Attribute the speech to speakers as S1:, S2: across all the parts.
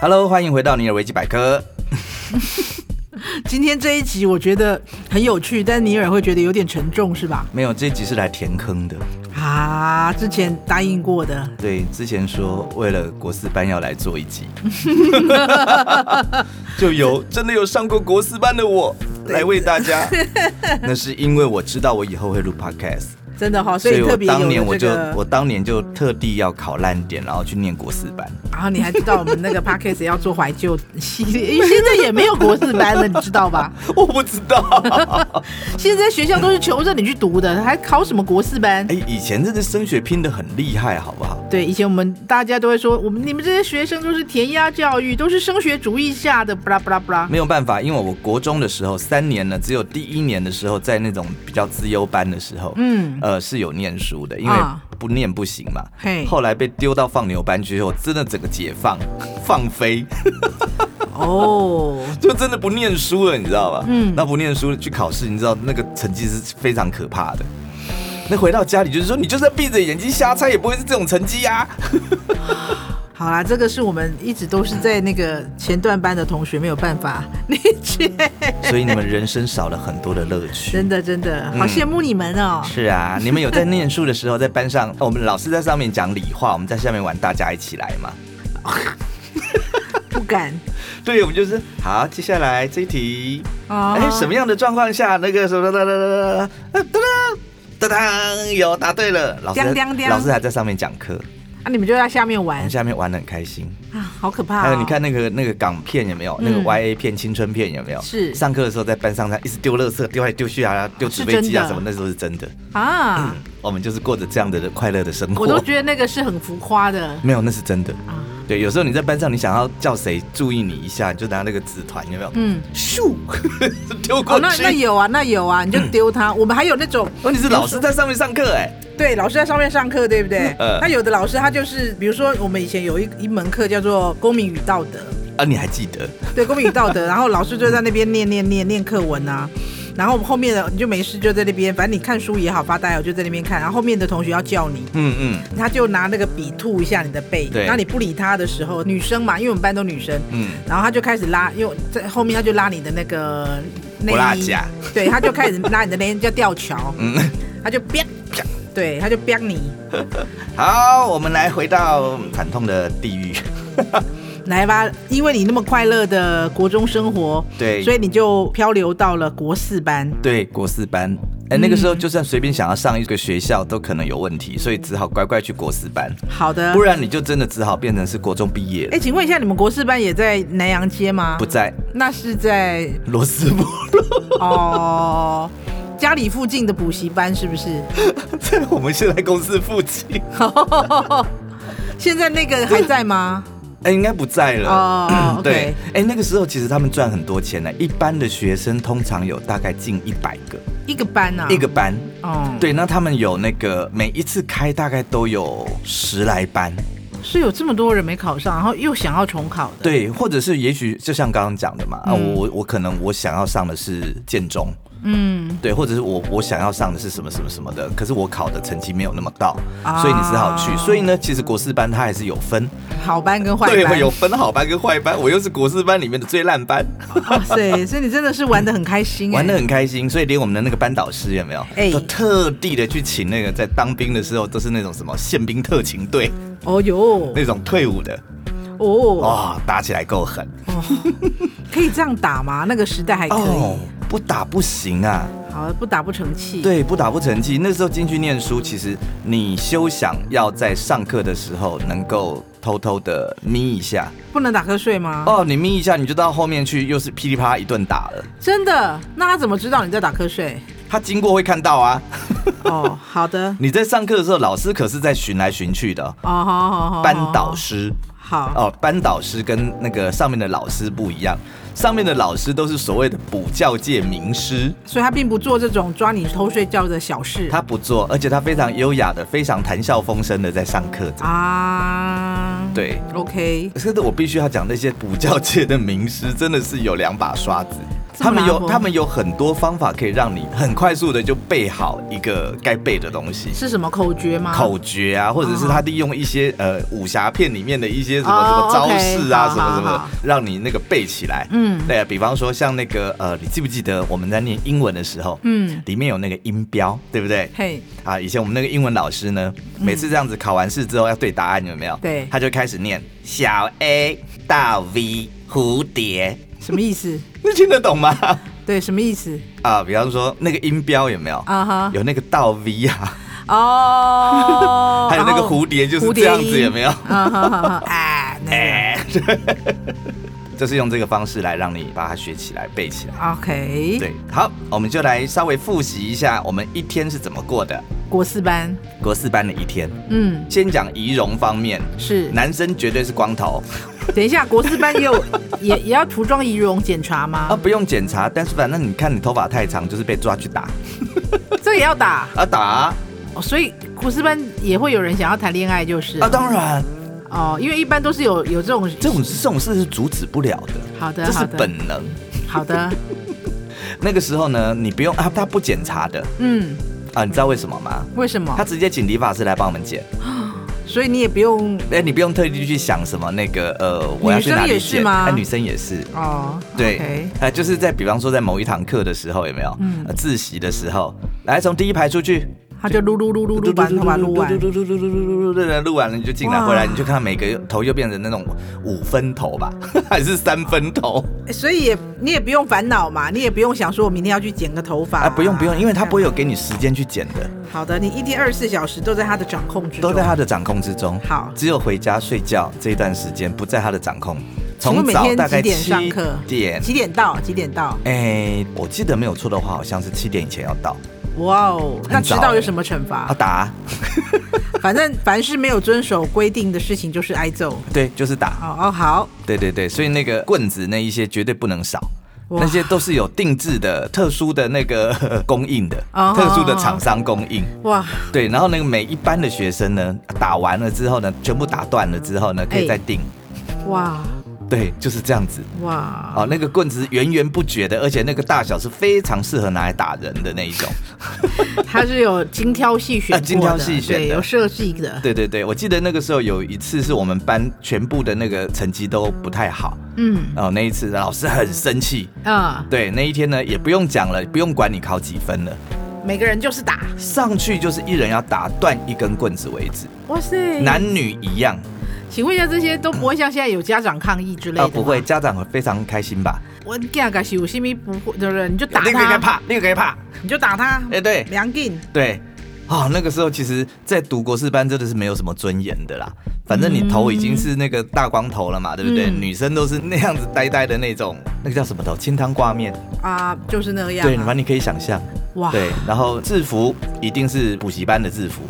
S1: Hello，欢迎回到尼尔维基百科。
S2: 今天这一集我觉得很有趣，但尼尔会觉得有点沉重，是吧？
S1: 没有，这集是来填坑的。
S2: 啊，之前答应过的，
S1: 对，之前说为了国四班要来做一 集，就有真的有上过国四班的我来为大家。 那是因为我知道我以后会录 podcast，
S2: 真的哈、所
S1: 所
S2: 以
S1: 以我
S2: 特别
S1: 当年
S2: 有
S1: 我
S2: 了这
S1: 就
S2: 个。
S1: 我当年就特地要考烂点，然后去念国四班。
S2: 然啊后你还知道我们那个 podcast 要做怀旧系列，因为现在也没有国四班了，你知道吧？
S1: 我不知道，
S2: 现在学校都是求着你去读的，还考什么国四班？
S1: 哎，以前这个升学拼的很厉害，好不好？
S2: 对，以前我们大家都会说，我们你们这些学生都是填鸭教育，都是升学主义下的，布拉布拉布拉。
S1: 没有办法，因为我国中的时候三年呢，只有第一年的时候在那种比较资优班的时候，
S2: 嗯，
S1: 呃，是有念书的，因为
S2: 啊
S1: 不念不行嘛。
S2: 嘿，
S1: 后来被丢到放牛班去后，真的整个解放 放飞，
S2: 哦，
S1: 就真的不念书了，你知道吧？
S2: 嗯
S1: 那不念书去考试，你知道那个成绩是非常可怕的。那回到家里就是说，你就算闭着眼睛瞎猜，也不会是这种成绩呀、
S2: 好啦，这个是我们一直都是在那个前段班的同学没有办法理
S1: 嗯
S2: 解，
S1: 所以你们人生少了很多的乐趣。
S2: 真的真的
S1: 嗯
S2: 好羡慕你们哦。
S1: 是啊，你们有在念书的时候，在班上，哦我们老师在上面讲理化，我们在下面玩，大家一起来嘛。
S2: 不敢
S1: 对，我们就是好，接下来这一题，
S2: 啊
S1: 哎、什么样的状况下那个什么哒哒哒哒哒哒哒当，有答对了，老师
S2: 叮叮叮
S1: 老师还在上面讲课，
S2: 啊？你们就在下面
S1: 我
S2: 玩
S1: 们下面玩的很开心。
S2: 啊，好可怕、哦！
S1: 还有你看那个那个港片有没有？那个
S2: 嗯
S1: Y A 片、青春片有没有？
S2: 是
S1: 上课的时候在班上，他一直丢垃圾，丢来丢去啊，丢纸飞机啊
S2: 是真的
S1: 什么，那时候是真的。
S2: 啊，
S1: 我们就是过着这样的快乐的生活。
S2: 我都觉得那个是很浮夸的
S1: 没有，那是真的。
S2: 啊。
S1: 对，有时候你在班上，你想要叫谁注意你一下，你就拿那个纸团，有没有？
S2: 嗯，
S1: 咻， 丢
S2: 哦，
S1: 过
S2: 那
S1: 去。
S2: 那有啊，那有啊，
S1: 嗯
S2: 你就丢它。我们还有那种
S1: 哦，你是老师在上面上课哎、
S2: 对，老师在上面上课，对不对？
S1: 嗯
S2: 那有的老师他就是，比如说我们以前有一一门课叫做公民与道德，
S1: 啊，你还记得？
S2: 对，公民与道德，然后老师就在那边念念念念课文啊。然后我们后面的你就没事就在那边，反正你看书也好发呆哦，就在那边看。然后后面的同学要叫你，
S1: 嗯嗯
S2: 他就拿那个笔吐一下你的背。
S1: 对
S2: 然后你不理他的时候，女生嘛，因为我们班都女生，
S1: 嗯，
S2: 然后他就开始拉，因为在后面他就拉你的那个内
S1: 我拉
S2: 衣
S1: 夹，
S2: 对，他就开始拉你的内衣叫吊 桥，
S1: 嗯，
S2: 他就啪啪，对，他就啪你，
S1: 好，我们来回到惨痛的地狱。
S2: 来吧，因为你那么快乐的国中生活，
S1: 对
S2: 所以你就漂流到了国四班。
S1: 对，国四班，哎、
S2: 嗯
S1: 那个时候就算随便想要上一个学校，都可能有问题，所以只好乖乖去国四班，
S2: 好的
S1: 不，然你就真的只好变成是国中毕业了，
S2: 哎，请问一下，你们国四班也在南洋街吗？
S1: 不，在
S2: 那是在
S1: 罗斯福路，
S2: 哦家里附近的补习班，是不是？
S1: 在我们现在公司附近。
S2: 现在那个还 在吗？
S1: 哎、应该不在了。
S2: 哦 ，OK
S1: 对，哎、那个时候其实他们赚很多钱呢。一般的学生通常有大概近一百个、
S2: 一个班啊，
S1: 一个班。
S2: 哦，，
S1: 对，那他们有那个每一次开大概都有十来班，
S2: 是有这么多人没考上，然后又想要重考的。，
S1: 对，或者是也许就像刚刚讲的嘛，啊，
S2: 嗯
S1: 我我可能我想要上的是建中，
S2: 嗯，
S1: 对，或者是我我想要上的是什么什么什么的，可是我考的成绩没有那么到，
S2: 啊
S1: 所以你只好去。所以呢，其实国四班它还是有分，
S2: 好班跟坏
S1: 对，
S2: 班，
S1: 有分好班跟坏班，我又是国四班里面的最烂班，
S2: 哇塞，所以你真的是玩的很开心、哎
S1: 玩的很开心，所以连我们的那个班导师有没有，
S2: 哎
S1: 都特地的去请那个在当兵的时候都是那种什么宪兵特勤 队
S2: 哦哟，
S1: 那种退伍的，
S2: 哦
S1: 哇、打起来够狠。
S2: 哦，可以这样打吗？那个时代哎还可以，
S1: 哦，不打不行啊！
S2: 好不打不成器。，
S1: 对，不打不成器。那时候进去念书，其实你休想要在上课的时候能够偷偷的眯一下。
S2: 不能打瞌睡吗？
S1: 哦，你眯一下，你就到后面去，又是噼里啪啦一顿打了。
S2: 真的？那他怎么知道你在打瞌睡？
S1: 他经过会看到啊，
S2: 哦，好的，
S1: 你在上课的时候，老师可是在巡来巡去的。
S2: 哦，好好好好，
S1: 班导师
S2: 好，
S1: 哦，班导师跟那个上面的老师不一样，上面的老师都是所谓的补教界名师。
S2: 所以他并不做这种抓你偷睡觉的小事。
S1: 他不做，而且他非常优雅的、非常谈笑风生的在上课。
S2: 啊，
S1: 对，
S2: ，OK，
S1: 可是我必须要讲，那些补教界的名师真的是有两把刷子，
S2: 这
S1: 他
S2: 么
S1: 们
S2: 拉
S1: 有
S2: 风
S1: 他们有很多方法可以让你很快速的就背好一个该背的东西。
S2: 是什么口诀吗？
S1: 口诀啊，或者是他利用一些呃武侠片里面的一些什么什
S2: 啊哦
S1: 么招
S2: OK，
S1: 式啊，
S2: 好
S1: 什么什么
S2: 好好
S1: 的，让你那个背起来。
S2: 嗯
S1: 对，啊比方说像那个呃，你记不记得我们在念英文的时候，
S2: 嗯，
S1: 里面有那个音标，对不对？
S2: 嘿，嗯
S1: 啊，以前我们那个英文老师呢，每次这样子考完试之后要对答案，有没有？
S2: 对
S1: 他就开始念小 A 大 V 蝴 蝶，
S2: 什么意 思？
S1: 你听得懂吗？
S2: 对，什么意思？
S1: 啊，比方说那个音标有没有？
S2: 啊哈，
S1: 有那个倒 V 啊，
S2: 哦，
S1: 还有那个
S2: 然后
S1: 蝴蝶就是
S2: 蝴
S1: 这
S2: 蝶
S1: 样子，
S2: 音
S1: 有没有？
S2: 啊哈 哈哈，哎，那
S1: 哎，就是用这个方式来让你把它学起来、背起来。
S2: 个 OK，
S1: 对，好，我们就来稍微复习一下我们一天是怎么过的。
S2: 国四班，
S1: 国四班的一天，
S2: 嗯，
S1: 先讲仪容方面，
S2: 是。
S1: 男生绝对是光头
S2: 等一下，国四班也 有也也要涂装仪容检查
S1: 啊，
S2: 吗？
S1: 不用检查，但是反正你看你头发太长，就是被抓去打
S2: 这也要打，
S1: 啊打啊，
S2: 哦所以国四班也会有人想要谈恋爱，就是
S1: 啊当然
S2: 哦，因为一般都是有有这种
S1: 这种这种事是阻止不了的，
S2: 好的，
S1: 这
S2: 好
S1: 是
S2: 的
S1: 本能。
S2: 好的，
S1: 那个时候呢，你不用啊，他不检查的
S2: 嗯，
S1: 啊，你知道为什么吗？
S2: 为什么
S1: 他？直接请理发师来帮我们剪。
S2: 所以你也不用
S1: 哎、你不用特地去想什么那个呃，我要去哪里
S2: 女生也是
S1: 剪？
S2: 吗
S1: 哎女生也是，
S2: 哦，
S1: 对
S2: OK，
S1: 呃，就是在比方说在某一堂课的时候，有没有？
S2: 嗯
S1: 呃自习的时候，来从第一排出去，
S2: 他就撸撸撸撸撸把头发撸完，
S1: 撸撸撸撸撸撸撸撸完了你就进来，
S2: 哇
S1: 回来你就看到每个头又变成那种五分头吧，还是三分头？
S2: 所以也你也不用烦恼嘛，你也不用想说我明天要去剪个头发
S1: 啊，不用不用，因为他不会
S2: 用。
S1: 有给你时间去剪的，
S2: 好的，你一天二十四小时都在他的掌控之中，
S1: 都在他的掌控之中。
S2: 好
S1: 只有回家睡觉这一段时间不在他的掌控。
S2: 请问
S1: 从
S2: 每
S1: 早
S2: 天
S1: 大概
S2: 几点
S1: 七
S2: 上课？
S1: 点
S2: 几点到？几点到？
S1: 哎、我记得没有错的话，好像是七点以前要到。
S2: 哇哦，那
S1: 很
S2: 迟
S1: 早
S2: 到
S1: 欸
S2: 有什么惩
S1: 啊
S2: 罚？
S1: 打，
S2: 反正凡是没有遵守规定的事情就是挨揍。
S1: 对，就是打，
S2: 哦哦，好，
S1: 对对对，所以那个棍子那一些绝对不能少。
S2: 哇
S1: 那些都是有定制的、特殊的那个 呵呵供应的
S2: 哦
S1: 特殊的厂商供应。
S2: 哇，
S1: 对，然后那个每一班的学生呢，打完了之后呢，全部打断了之后呢，可以
S2: 哎
S1: 再定。
S2: 哇，
S1: 对，就是这样子。
S2: 哇，
S1: 哦，那个棍子源源不绝的，而且那个大小是非常适合拿来打人的那一种。
S2: 他是有精挑细选过
S1: 啊
S2: 的，
S1: 精挑细选的
S2: 对，有设计的。
S1: 对对对，我记得那个时候有一次是我们班全部的那个成绩都不太好，
S2: 嗯
S1: 哦，那一次老师很生气。
S2: 啊、
S1: 对，那一天呢，也不用讲了，不用管你考几分了，
S2: 每个人就是打，
S1: 上去就是一人要打断一根棍子为止，
S2: 哇塞！
S1: 男女一样
S2: 请问一下，这些都不会像现在有家长抗议之类的、
S1: 啊，不会，，家长会非常开心吧？
S2: 我干个有心咪不会，对不对？你就打
S1: 那个可以
S2: 他，
S1: 怕，那个可以怕，
S2: 你就打他，
S1: 哎，对
S2: 梁劲。
S1: 对。啊、那个时候其实，在读国士班真的是没有什么尊严的啦。反正你头已经是那个大光头了嘛，对不对？
S2: 嗯
S1: 女生都是那样子呆呆的那种，那个叫什么头？清汤挂面。
S2: 啊，就是那样、啊。
S1: 对，反正你可以想象。
S2: 哇，
S1: 对，然后制服一定是补习班的制服。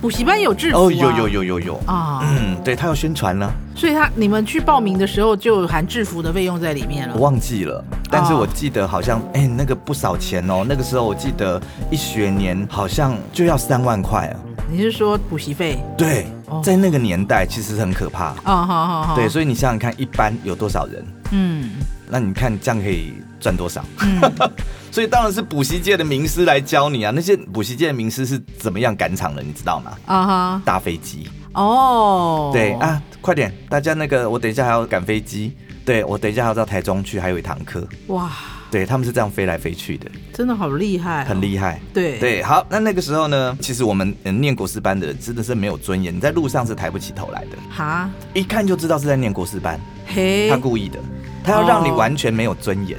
S2: 补习班有制服、啊、
S1: 哦，有有有有有。
S2: 啊，
S1: 嗯，对他要宣传了，
S2: 所以他你们去报名的时候就有含制服的费用在里面
S1: 我
S2: 了。
S1: 忘记了，但是我记得好
S2: 哦
S1: 像，哎、那个不少钱哦。那个时候我记得一学年好像就要三万块啊。
S2: 你是说补习费？
S1: 对
S2: 哦，
S1: 在那个年代其实很可怕。
S2: 哦，好好好，
S1: 对，所以你想想看，一班有多少人？
S2: 嗯
S1: 那你看这样可以赚多少？
S2: 嗯，
S1: 所以当然是补习界的名师来教你啊。那些补习界的名师是怎么样赶场的，你知道吗？
S2: 啊哈，
S1: 搭飞机。
S2: 哦，
S1: 对，啊，快点，大家那个，我等一下还要赶飞机，对我等一下还要到台中去，还有一堂课，
S2: 哇，
S1: 对他们是这样飞来飞去的，
S2: 真的好厉害、
S1: 很厉害。
S2: 害，对，
S1: 对，好，那那个时候呢，其实我们呃念国师班的人真的是没有尊严，你在路上是抬不起头来的，
S2: 哈，
S1: 一看就知道是在念国师班，
S2: 嘿
S1: 他，故意的，他要让你
S2: 哦
S1: 完全没有尊严。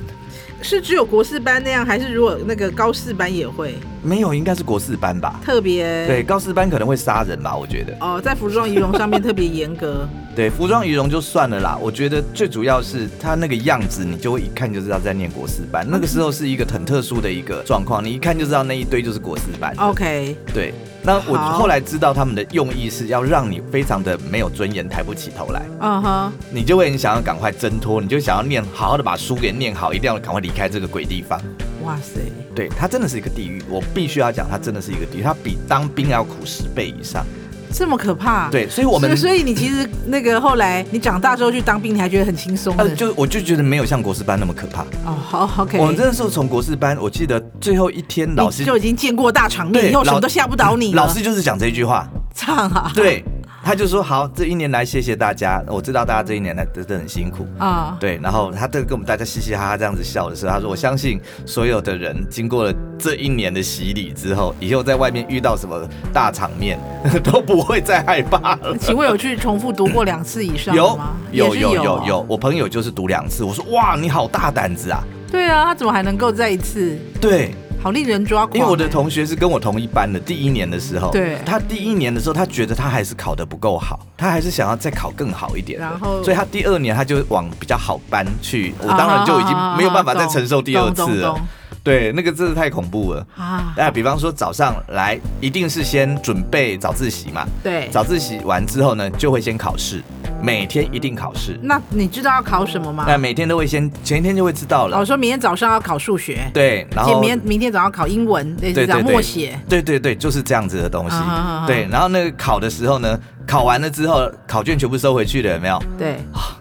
S2: 是只有国四班那样，还是如果那个高四班也会
S1: 没有，应该是国四班吧？
S2: 特别？
S1: 对，，高四班可能会杀人吧，我觉得。
S2: 哦，在服装仪容上面特别严格。
S1: 对，服装仪容就算了啦，我觉得最主要是他那个样子，你就会一看就知道在念国四班。那个时候是一个很特殊的一个状况，你一看就知道那一堆就是国四班。
S2: OK，
S1: 对，那我
S2: 哦好
S1: 后来知道他们的用意是要让你非常的没有尊严，抬不起头来，
S2: 嗯哼，
S1: 你就会很想要赶快挣脱，你就想要念好好的把书给念好，一定要赶快离开这个鬼地方。
S2: 哇塞，
S1: 对，它真的是一个地狱，我必须要讲，它真的是一个地狱，它比当兵还要苦十倍以上。
S2: 这么可怕？
S1: 对，所以我们
S2: 所以所以你其实那个后来你长大之后去当兵，你还觉得很轻松的、
S1: 呃，就我就觉得没有像国师班那么可怕。
S2: 哦，好，OK，
S1: 我们真的是从国师班，我记得最后一天老师
S2: 你就已经见过大场面，
S1: 对
S2: 以后什么
S1: 老
S2: 都吓不倒你了
S1: 老师就是讲这一句话，
S2: 唱啊
S1: 对，他就说好，这一年来谢谢大家，我知道大家这一年来真的很辛苦。
S2: 啊，
S1: 对，然后他在跟我们大家嘻嘻哈哈这样子笑的时候，他说：“我相信所有的人经过了这一年的洗礼之后，以后在外面遇到什么大场面 都不会再害怕了。
S2: 请问有去重复读过两次以上的
S1: 有”
S2: 吗？
S1: 有
S2: 也是
S1: 有
S2: 有
S1: 有
S2: 哦
S1: 有，我朋友就是读两次，我说：“哇，你好大胆子啊
S2: 对啊，他怎么还能够再一次？！”
S1: 对，
S2: 好令人抓狂、欸
S1: 因为我的同学是跟我同一班的，第一年的时候，
S2: 对
S1: 他第一年的时候，他觉得他还是考得不够好，他还是想要再考更好一点的，
S2: 然后
S1: 所以他第二年他就往比较好班去，我当然就已经
S2: 啊
S1: 没有办法再承受第二次了，对，那个真的太恐怖了。
S2: 啊！
S1: 那比方说早上来，一定是先准备早自习嘛，
S2: 对，
S1: 早自习完之后呢，就会先考试，每天一定考试，
S2: 那你知道要考什么吗？
S1: 那每天都会先前一天就会知道
S2: 我
S1: 了，
S2: 说明天早上要考数学，
S1: 对，然
S2: 姐
S1: 后
S2: 哦明天明天早上考英文，类似
S1: 对
S2: 这样
S1: 对对
S2: 默写。
S1: 对对对，就是这样子的东西。
S2: 啊哈啊哈
S1: 对，然后那个考的时候呢，考完了之后，考卷全部收回去了，有没有？
S2: 对，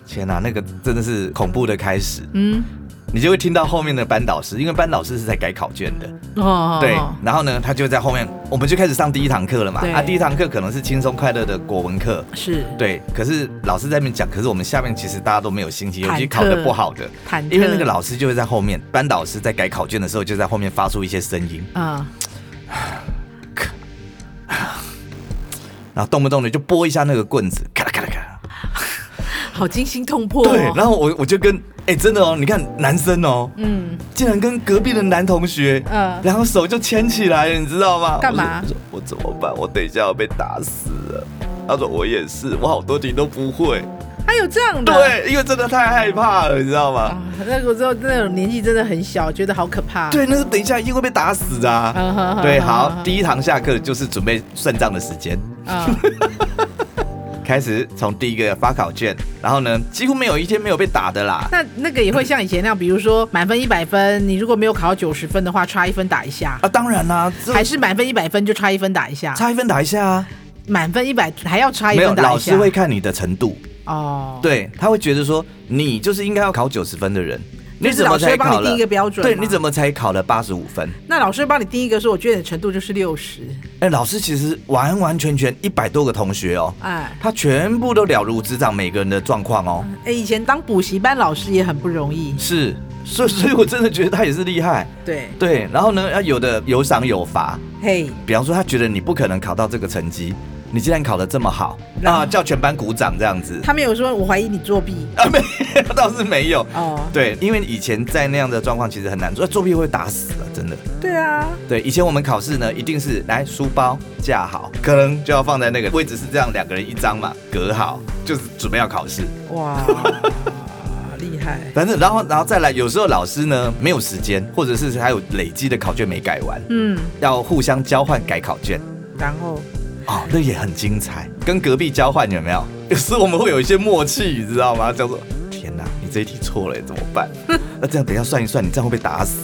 S1: 天哪、那个真的是恐怖的开始。
S2: 嗯，
S1: 你就会听到后面的班导师，因为班导师是在改考卷的，
S2: 哦，
S1: 对。然后呢，他就在后面，我们就开始上第一堂课了嘛
S2: 对。
S1: 啊，第一堂课可能是轻松快乐的国文课，
S2: 是
S1: 对。可是老师在那边讲，可是我们下面其实大家都没有心情，尤其
S2: 忐忑
S1: 考得不好的，
S2: 忐忑，
S1: 因为那个老师就会在后面，班导师在改考卷的时候就在后面发出一些声音。
S2: 嗯，
S1: 然后动不动的就拨一下那个棍子，咔啦咔啦咔啦。
S2: 好惊心动魄、哦。
S1: 对，然后我我就跟哎、真的哦，你看男生哦，
S2: 嗯，
S1: 竟然跟隔壁的男同学，
S2: 嗯
S1: 然后手就牵起来了，你知道吗？
S2: 干嘛
S1: 我说我说我怎么办？我等一下要被打死了。他说我也是，我好多题都不会。
S2: 还有这样的。
S1: 对，因为真的太害怕了，你知道吗？
S2: 啊，那个时候那种年纪真的很小，觉得好可怕。
S1: 对，那是等一下一定会被打死的、啊。
S2: 嗯，好
S1: 对，好，第一堂下课就是准备算账的时间。
S2: 啊，
S1: 开始从第一个发考卷，然后呢，几乎没有一天没有被打的啦。
S2: 那那个也会像以前那样，比如说满分一百分，你如果没有考到九十分的话，差一分打一下；
S1: 啊，当然啦、这
S2: 还是满分一百分就差一分打一下，
S1: 差一分打一下啊，
S2: 满分一百还要差一
S1: 没有
S2: 分打
S1: 老
S2: 一下。
S1: 师会看你的程度，
S2: 哦，，
S1: 对他会觉得说你就是应该要考九十分的人，你
S2: 就是
S1: 怎么
S2: 老师
S1: 才
S2: 会帮
S1: 考
S2: 你定
S1: 了
S2: 一？个标准。
S1: 对，你怎
S2: 么？
S1: 么才考了八十五分？
S2: 那老师帮你定一个说，我觉得你的程度就是六十，
S1: 哎，老师其实完完全全一百多个同学哦，
S2: 哎。
S1: 他全部都了如指掌每个人的状况哦，
S2: 哎，以前当补习班老师也很不容易，
S1: 是，所以所以我真的觉得他也是厉害，
S2: 对，
S1: 对。然后呢，啊有的有赏有罚，
S2: 嘿，
S1: 比方说他觉得你不可能考到这个成绩，你竟然考得这么好
S2: 然后
S1: 啊，叫全班鼓掌这样 子
S2: 他们有说我怀疑你 作弊
S1: 啊，没有倒是没有，
S2: 哦，
S1: 对，因为以前在那样的状况其实很难做，作弊会打死的，真的。
S2: 对啊，
S1: 对，以前我们考试呢，一定是来书包架好，可能就要放在那个位置是这样，两个人一张嘛，隔好，就是准备要考试。
S2: 哇，厉害，
S1: 反正然后然后再来，有时候老师呢没有时间，或者是还有累积的考卷没改完，
S2: 嗯，
S1: 要互相交换改考卷。
S2: 然后
S1: 哦，那也很精彩，跟隔壁交换有没有？有时候我们会有一些默契，你知道吗？叫做天哪，你这一题错了耶，怎么办？ 那这样等一下算一算，你这样会被打死。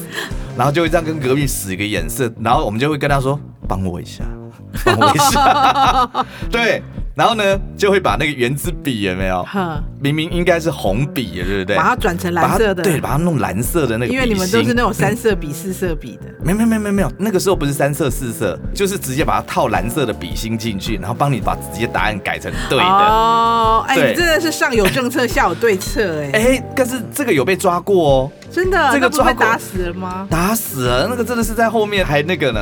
S1: 然后就会这样跟隔壁使一个眼色，然后我们就会跟他说：“帮我一下， 帮我一下。” 对，然后呢就会把那个圆珠笔有没 有？
S2: 哼，
S1: 明明应该是红笔，对不对？
S2: 把它转成蓝色
S1: 把
S2: 的，
S1: 它对，把它弄蓝色的那个笔芯。
S2: 因为你们都是那种三色笔、四色笔的，
S1: 没有没有没有没有没有，那个时候不是三色四色，就是直接把它套蓝色的笔芯进去，然后帮你把直接答案改成对的。
S2: 哦，哎，
S1: 对
S2: 你真的是上有政策，下有对策，哎，
S1: 哎、但是这个有被抓过哦，
S2: 真的，
S1: 这个
S2: 那不是
S1: 抓
S2: 被
S1: 狗
S2: 打死了吗？
S1: 打死了，那个真的是在后面还那个呢，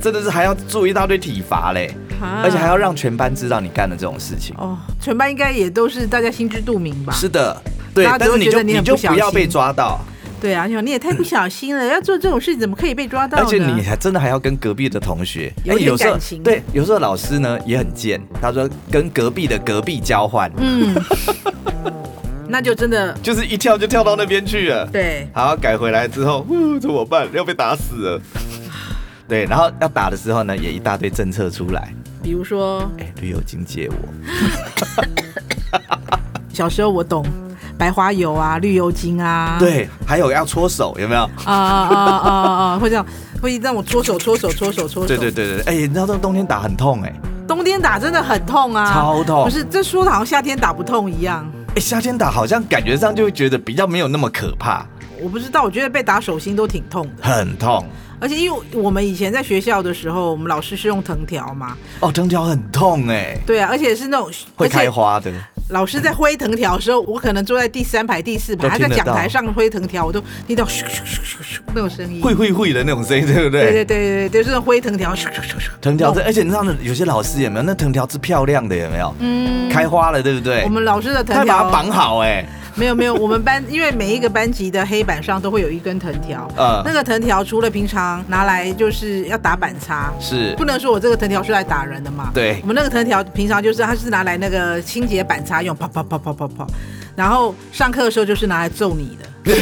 S1: 真的是还要做一大堆体罚嘞，
S2: 啊
S1: 而且还要让全班知道你干了这种事情。
S2: 哦，全班应该也都是大家心知肚明吧？
S1: 是的，对
S2: 大家，
S1: 但
S2: 都
S1: 是你
S2: 会觉
S1: 就
S2: 得你
S1: 你
S2: 很
S1: 就
S2: 不小
S1: 不要被
S2: 心
S1: 抓到，
S2: 对啊，你也太不小心 了，要做这种事怎么可以被抓到呢？
S1: 而且你还真的还要跟隔壁的同学，
S2: 有
S1: 哎
S2: 点
S1: 有时候
S2: 感情
S1: 对，有时候老师呢也很贱，他说跟隔壁的隔壁交换，
S2: 嗯， 那就真的
S1: 就是一跳就跳到那边去了。
S2: 对
S1: 好，改回来之后， 呜怎么办？要被打死 了。对，然后要打的时候呢，也一大堆政策出来。
S2: 比如说，
S1: 哎，绿油精借我，
S2: 小时候我懂白花油啊、绿油精啊，
S1: 对，还有要搓手，有没 有？
S2: 啊啊啊啊，啊会这样，会让我搓手、搓手、搓手、搓手。
S1: 对对对对，哎，你知道这个冬天打很痛哎、
S2: 冬冬天打真的很痛啊，
S1: 超痛
S2: 不是，这说的好像夏天打不痛一样。
S1: 哎，夏天打好像感觉上就会觉得比较没有那么可怕，
S2: 我不知道，我觉得被打手心都挺痛的。
S1: 很痛
S2: 而且因为我们以前在学校的时候，我们老师是用藤条嘛，
S1: 哦，藤条很痛哎、
S2: 对啊，而且是那种
S1: 会开。
S2: 而且
S1: 花的。
S2: 老师在挥藤条的时候，我可能坐在第三排、第四排，
S1: 都
S2: 他
S1: 听
S2: 在
S1: 得
S2: 讲台
S1: 到
S2: 上挥藤条，我都听到咻咻咻咻咻那种声音。
S1: 会会会的那种声音，对不对？
S2: 嗯对哦对对对对，就是那种挥藤条，咻咻咻咻。
S1: 藤条是，而且你知道那有些老师有没有那藤条是漂亮的有没有？
S2: 嗯，
S1: 开花了，对不对？
S2: 我们老师的藤
S1: 他把
S2: 条
S1: 它绑好哎、
S2: 没有没有，我们班因为每一个班级的黑板上都会有一根藤条，
S1: 嗯
S2: 那个藤条除了平常拿来就是要打板擦，
S1: 是
S2: 不能说我这个藤条是来打人的嘛，
S1: 对
S2: 我们那个藤条平常就是它是拿来那个清洁板擦用，啪啪啪啪啪啪，然后上课的时候就是拿来揍你的，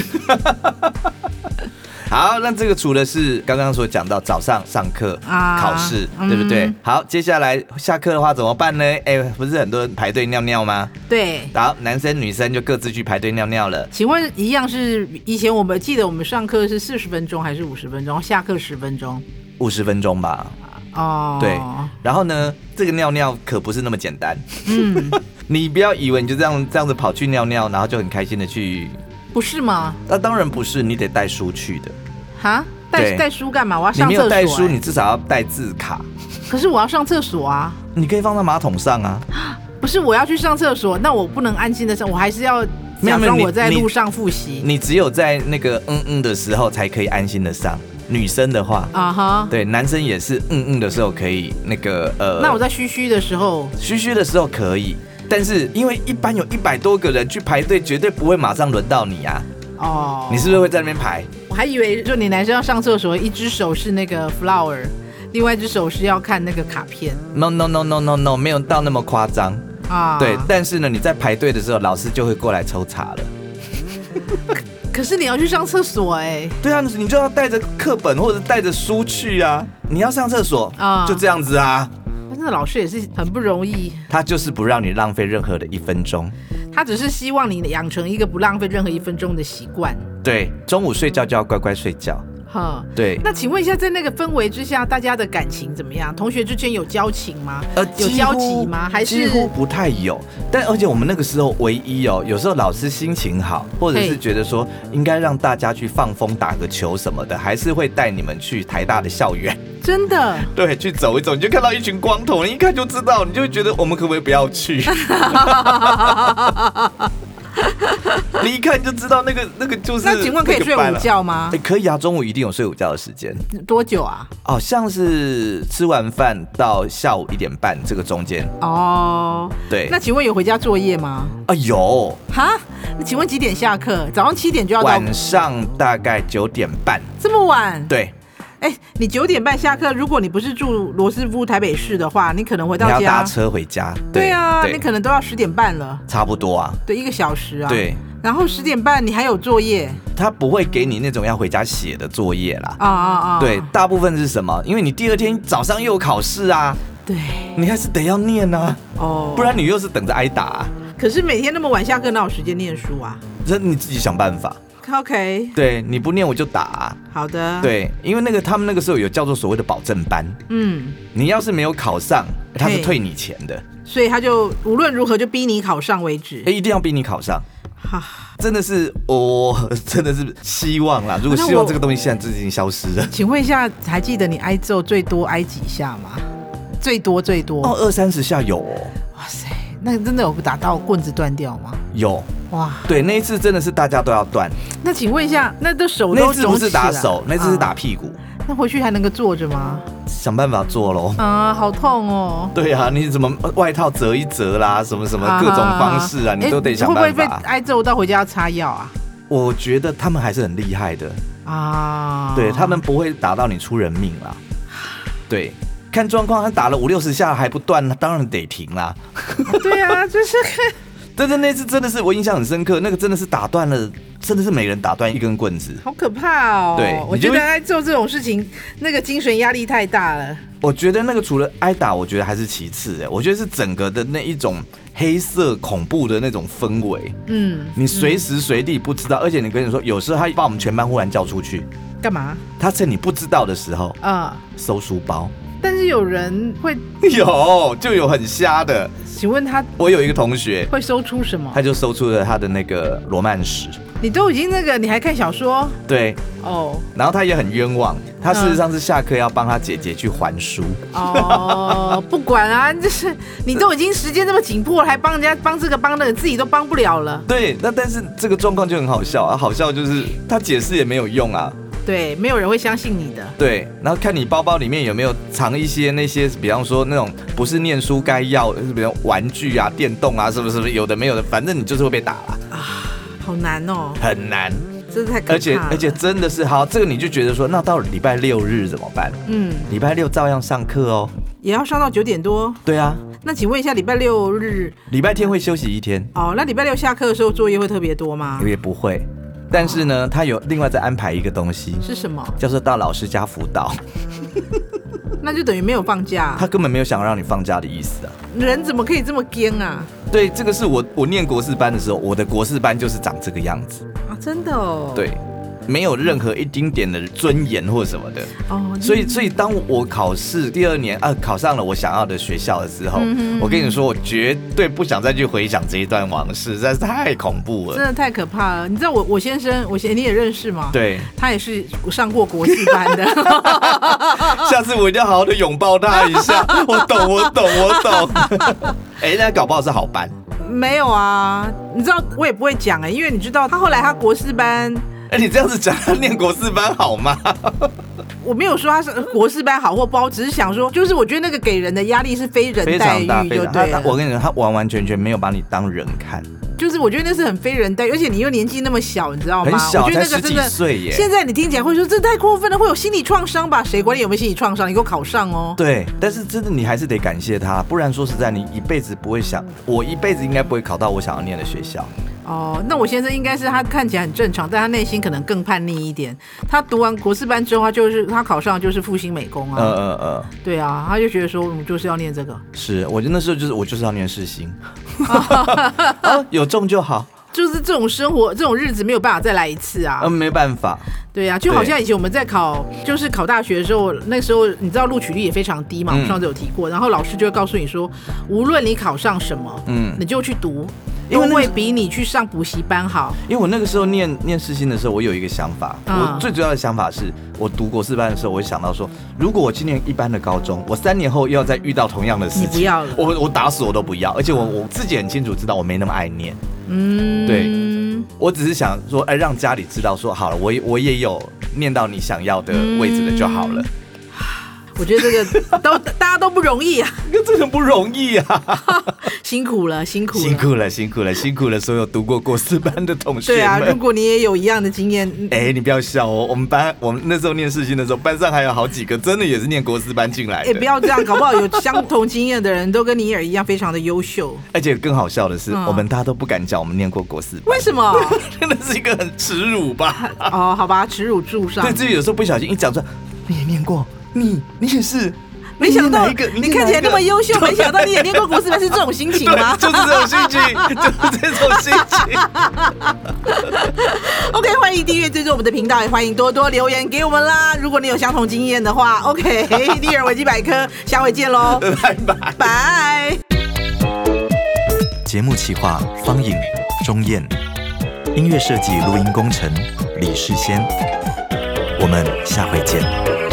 S1: 好，那这个除了是刚刚所讲到早上上课、
S2: 啊
S1: 考试，
S2: 嗯
S1: 对不对？好，接下来下课的话怎么办呢？哎、不是很多人排队尿尿吗？
S2: 对。
S1: 好，男生女生就各自去排队尿尿了。
S2: 请问一样是以前我们记得我们上课是四十分钟还是五十分钟，下课十分钟
S1: 五十分钟吧，
S2: 哦。
S1: 对。然后呢，这个尿尿可不是那么简单，
S2: 嗯，
S1: 你不要以为你就这样这样子跑去尿尿，然后就很开心的去。
S2: 不是吗？
S1: 那当然不是，你得带书去的。
S2: 哈，带
S1: 对
S2: 带书干嘛？我要
S1: 你
S2: 上
S1: 没
S2: 厕所、
S1: 有带
S2: 哎
S1: 书，你至少要带字卡，
S2: 可是我要上厕所啊，
S1: 你可以放在马桶上啊。
S2: 不是我要去上厕所，那我不能安心的上，我还是要
S1: 没
S2: 假
S1: 有没有
S2: 装
S1: 你
S2: 我在路上复习
S1: 你只有在那个嗯嗯的时候才可以安心的上。女生的话，
S2: 啊哈。
S1: 对，男生也是嗯嗯的时候可以那个呃，
S2: 那我在嘘嘘的时候，
S1: 嘘嘘的时候可以，但是因为一般有一百多个人去排队，绝对不会马上轮到你啊。
S2: 哦，
S1: 你是不是会在那边排？
S2: 我还以为说你男生要上厕所，一只手是那个 flower，另外一只手是要看那个卡片
S1: No no no no no no，没有到那么夸张。
S2: 啊。
S1: 对，但是呢，你在排队的时候，老师就会过来抽查了。
S2: 可是你要去上厕所哎、
S1: 对啊，你就要带着课本或者带着书去啊。你要上厕所
S2: 啊
S1: 就这样子啊。
S2: 但是老师也是很不容易，
S1: 他就是不让你浪费任何的一分钟。
S2: 他只是希望你养成一个不浪费任何一分钟的习惯。
S1: 对，中午睡觉就要乖乖睡觉。
S2: 哈，
S1: 对，
S2: 那请问一下，在那个氛围之下，大家的感情怎么样？同学之间有交情吗？有
S1: 几
S2: 交
S1: 乎
S2: 集吗？还
S1: 呃几
S2: 是
S1: 乎不太有？但而且我们那个时候唯一哦，有时候老师心情好，或者
S2: 嘿
S1: 是觉得说应该让大家去放风、打个球什么的，还是会带你们去台大的校园，
S2: 真的？
S1: 对，去走一走，你就看到一群光头，你一看就知道，你就会觉得我们可不可以不要 去？你一看就知道那个那个就是
S2: 那请问可以
S1: 那个
S2: 睡
S1: 班
S2: 午
S1: 了？
S2: 觉吗
S1: 哎、？可以啊，中午一定有睡午觉的时间。
S2: 多久啊？
S1: 好哦像是吃完饭到下午一点半这个中间，
S2: 哦，
S1: 对，
S2: 那请问有回家作业吗？
S1: 啊有，
S2: 哈？那请问几点下课？早上七点就要到，
S1: 晚上大概九点半，
S2: 这么晚？
S1: 对，
S2: 哎，你九点半下课，如果你不是住罗斯福台北市的话，你可能回
S1: 你
S2: 到
S1: 要
S2: 家
S1: 搭，车回家，
S2: 对啊，你
S1: 对，
S2: 可能都要十点半了，
S1: 差不多啊，
S2: 对，一个小时啊。。
S1: 对，
S2: 然后十点半你还有作业
S1: 他不会给你那种要回家写的作业啦。
S2: 啊啊啊！
S1: 对，大部分是什么？因为你第二天早上又有考试啊，
S2: 对
S1: 你还是得要念啊，
S2: 哦，
S1: 不然你又是等着挨打、啊，
S2: 可是每天那么晚下课，哪有时间念书啊
S1: 这你自己想办法。
S2: ？OK，
S1: 对，你不念我就打、啊。
S2: 好的。，
S1: 对，因为那个他们那个时候有叫做所谓的保证班，
S2: 嗯，
S1: 你要是没有考上，他是
S2: 嘿
S1: 退你钱的，
S2: 所以他就无论如何就逼你考上为止
S1: 哎、。一定要逼你考上。
S2: 哈，
S1: 真的是，我、真的是希望啦。如果
S2: 哦那
S1: 希望
S2: 我
S1: 这个东西现在就已经消失了，
S2: 请问一下，还记得你挨揍最多挨几下吗？最多最多。
S1: 哦，二三十下有哦，
S2: 哇塞，那真的有打到棍子断掉吗？
S1: 有。
S2: 哇，
S1: 对，那一次真的是大家都要断，
S2: 那请问一下，那都手
S1: 那
S2: 都
S1: 一次不是打
S2: 肿起来
S1: 手，那次是打
S2: 啊
S1: 屁股，
S2: 那回去还能够坐着吗？
S1: 想办法做咯。
S2: 啊，好痛哦。
S1: 对啊，你怎么外套折一折啦，什么什么各种方式啊，你都得
S2: 哎
S1: 想办
S2: 会不会被
S1: 法。
S2: 挨揍到回家要擦药啊？
S1: 我觉得他们还是很厉害的，
S2: 啊，
S1: 对他们 不会打到你出人命啦。对，看状况，他打了五六十下还不断，那当然得停啦。
S2: 对啊，就是。
S1: 但是那次真的是我印象很深刻，那个真的是打断了，真的是每人打断一根棍子。
S2: 好可怕哦！
S1: 对
S2: 我
S1: 你
S2: 觉
S1: 就
S2: 得
S1: 会
S2: 在做这种事情，那个精神压力太大了。
S1: 我觉得那个除了挨打，我觉得还是其次哎，我觉得是整个的那一种黑色恐怖的那种氛围，
S2: 嗯，
S1: 你随时随地不知道，而且你跟你说，有时候他把我们全班忽然叫出去，
S2: 干嘛？
S1: 他趁你不知道的时候
S2: 啊、
S1: 搜书包，
S2: 但是有人会，
S1: 有就有很瞎的。
S2: 请问他
S1: 我有一个同学，
S2: 会搜出什么
S1: 他？就搜出了他的那个罗曼史，
S2: 你都已经那个，你还看小说
S1: 对，
S2: 哦
S1: 然后他也很冤枉，他事实上是下课要帮他姐姐去还书，
S2: 哦，不管啊，就是你都已经时间这么紧迫，还帮人家帮这个帮那个，自己都帮不了了。
S1: 对，那但是这个状况就很好笑啊，好笑就是他解释也没有用啊，
S2: 对，没有人会相信你的。
S1: 对，然后看你包包里面有没有藏一些那些，比方说那种不是念书该要，就是比如玩具啊、电动啊，是不是？是不是有的没有的，反正你就是会被打啦，
S2: 好难哦，
S1: 很难。
S2: 真的太可怕
S1: 而且
S2: 了
S1: 而且真的是好，这个你就觉得说，那到礼拜六日怎么办？
S2: 嗯，
S1: 礼拜六照样上课哦。
S2: 也要上到九点多。
S1: 对啊，
S2: 那请问一下，礼拜六日
S1: 礼拜天会休息一天，
S2: 哦，那礼拜六下课的时候作业会特别多吗？
S1: 也不会。但是呢，他有另外再安排一个东西，
S2: 是什么？
S1: 叫做到老师家辅导。
S2: 那就等于没有放假
S1: 他。根本没有想让你放假的意思啊。
S2: 人怎么可以这么奸啊？
S1: 对，这个是我我念国四班的时候，我的国四班就是长这个样子。
S2: 啊，真的哦。
S1: 对，没有任何一丁点的尊严或什么的。
S2: 哦，
S1: 所以，所以当我考试第二年啊，考上了我想要的学校的时候，我跟你说，我绝对不想再去回想这一段往事，实在是太恐怖
S2: 真
S1: 了。
S2: 的太可怕了。你知道我我先生，我先你也认识吗？，
S1: 对，
S2: 他也是上过国际班 的。哦
S1: 下次我一定要好好的拥抱他一 下。我懂，我懂，我懂。哎，那搞不好是好班。
S2: 没有啊，你知道我也不会讲哎、因为你知道他后来他国士班，
S1: 哎，你这样子讲他念国四班好 吗？
S2: 我没有说他是呃国士班好或不好，只是想说，就是我觉得那个给人的压力是非人
S1: 非
S2: 待
S1: 常大，
S2: 遇，
S1: 非
S2: 就
S1: 常大。
S2: 对
S1: 他我
S2: 了。
S1: 跟你讲，他完完全全没有把你当人看，
S2: 就是我觉得那是很非人待遇，而且你又年纪那么小，你知道吗？
S1: 很小
S2: 我觉得
S1: 才
S2: 那个
S1: 十
S2: 真
S1: 几
S2: 的。
S1: 岁耶。
S2: 现在你听起来会说这太过分了，会有心理创伤吧？谁管你有没有心理创伤？你给我考上哦！
S1: 对，但是真的你还是得感谢他，不然说实在，你一辈子不会想，我一辈子应该不会考到我想要念的学校。
S2: 哦，那我先生应该是他看起来很正常，但他内心可能更叛逆一点。他读完国士班之后，他就是他考上就是复兴美工
S1: 呃
S2: 啊，
S1: 呃呃，
S2: 对啊，他就觉得说我们就是要念这个，
S1: 是，我觉得那时候就是我就是要念世 新，啊，有中就好，
S2: 就是这种生活这种日子没有办法再来一次啊。
S1: 嗯、没办法，
S2: 对啊，就好像以前我们在考，就是考大学的时候，那时候你知道录取率也非常低嘛，
S1: 嗯
S2: 我们上次有提过，然后老师就会告诉你说，无论你考上什么，
S1: 嗯，
S2: 你就去读，
S1: 因
S2: 因
S1: 为那
S2: 为比你去上补习班好。
S1: 因为我那个时候念念世新的时候，我有一个想法，
S2: 嗯
S1: 我最主要的想法是我读国四班的时候，我就想到说，如果我今年一般的高中，我三年后又要再遇到同样的事情，
S2: 你不要了
S1: 我我打死我都不要，而且我我自己很清楚知道我没那么爱念，嗯，对
S2: 嗯，
S1: 我只是想说，哎，让家里知道说，好了，我也我也有念到你想要的
S2: 嗯
S1: 位置了就好了，
S2: 我觉得这个都大家都不容易啊，
S1: 那这很不容易啊，
S2: 辛苦了，辛苦了，
S1: 辛。苦了，辛苦了，辛苦了，所有读过国四班的同学
S2: 对
S1: 们。
S2: 啊，如果你也有一样的经验， 嗯
S1: 哎、你不要笑哦！我们班，我们那时候念世新的时候，班上还有好几个真的也是念国师班进来
S2: 哎、
S1: 的。
S2: 不要这样，搞不好有相同经验的人都跟尼尔一样非常的优秀，
S1: 而且更好笑的是，
S2: 嗯
S1: 我们大家都不敢讲我们念过国师 班，
S2: 为 什么？
S1: 真的是一个很耻辱吧？
S2: 哦，好吧，耻辱柱上
S1: 对，。自己有时候不小心一讲出来，你也念过，你你也是，
S2: 没想
S1: 你念
S2: 到
S1: 哪一个
S2: 你看起来那么优秀，没想到你也念过国师班，是这种心情啊
S1: 秀
S2: 吗
S1: 就是这种心情，就是这种心情。
S2: ？OK，欢迎订阅追踪我们的频道，也欢迎多多留言给我们啦。如果你有相同经验的话，OK，第二维基百科，下回见 喽，
S1: 拜 拜。
S2: 拜。
S3: 节目企划方颖、钟燕，音乐设计、录音工程李世先。我们下回见。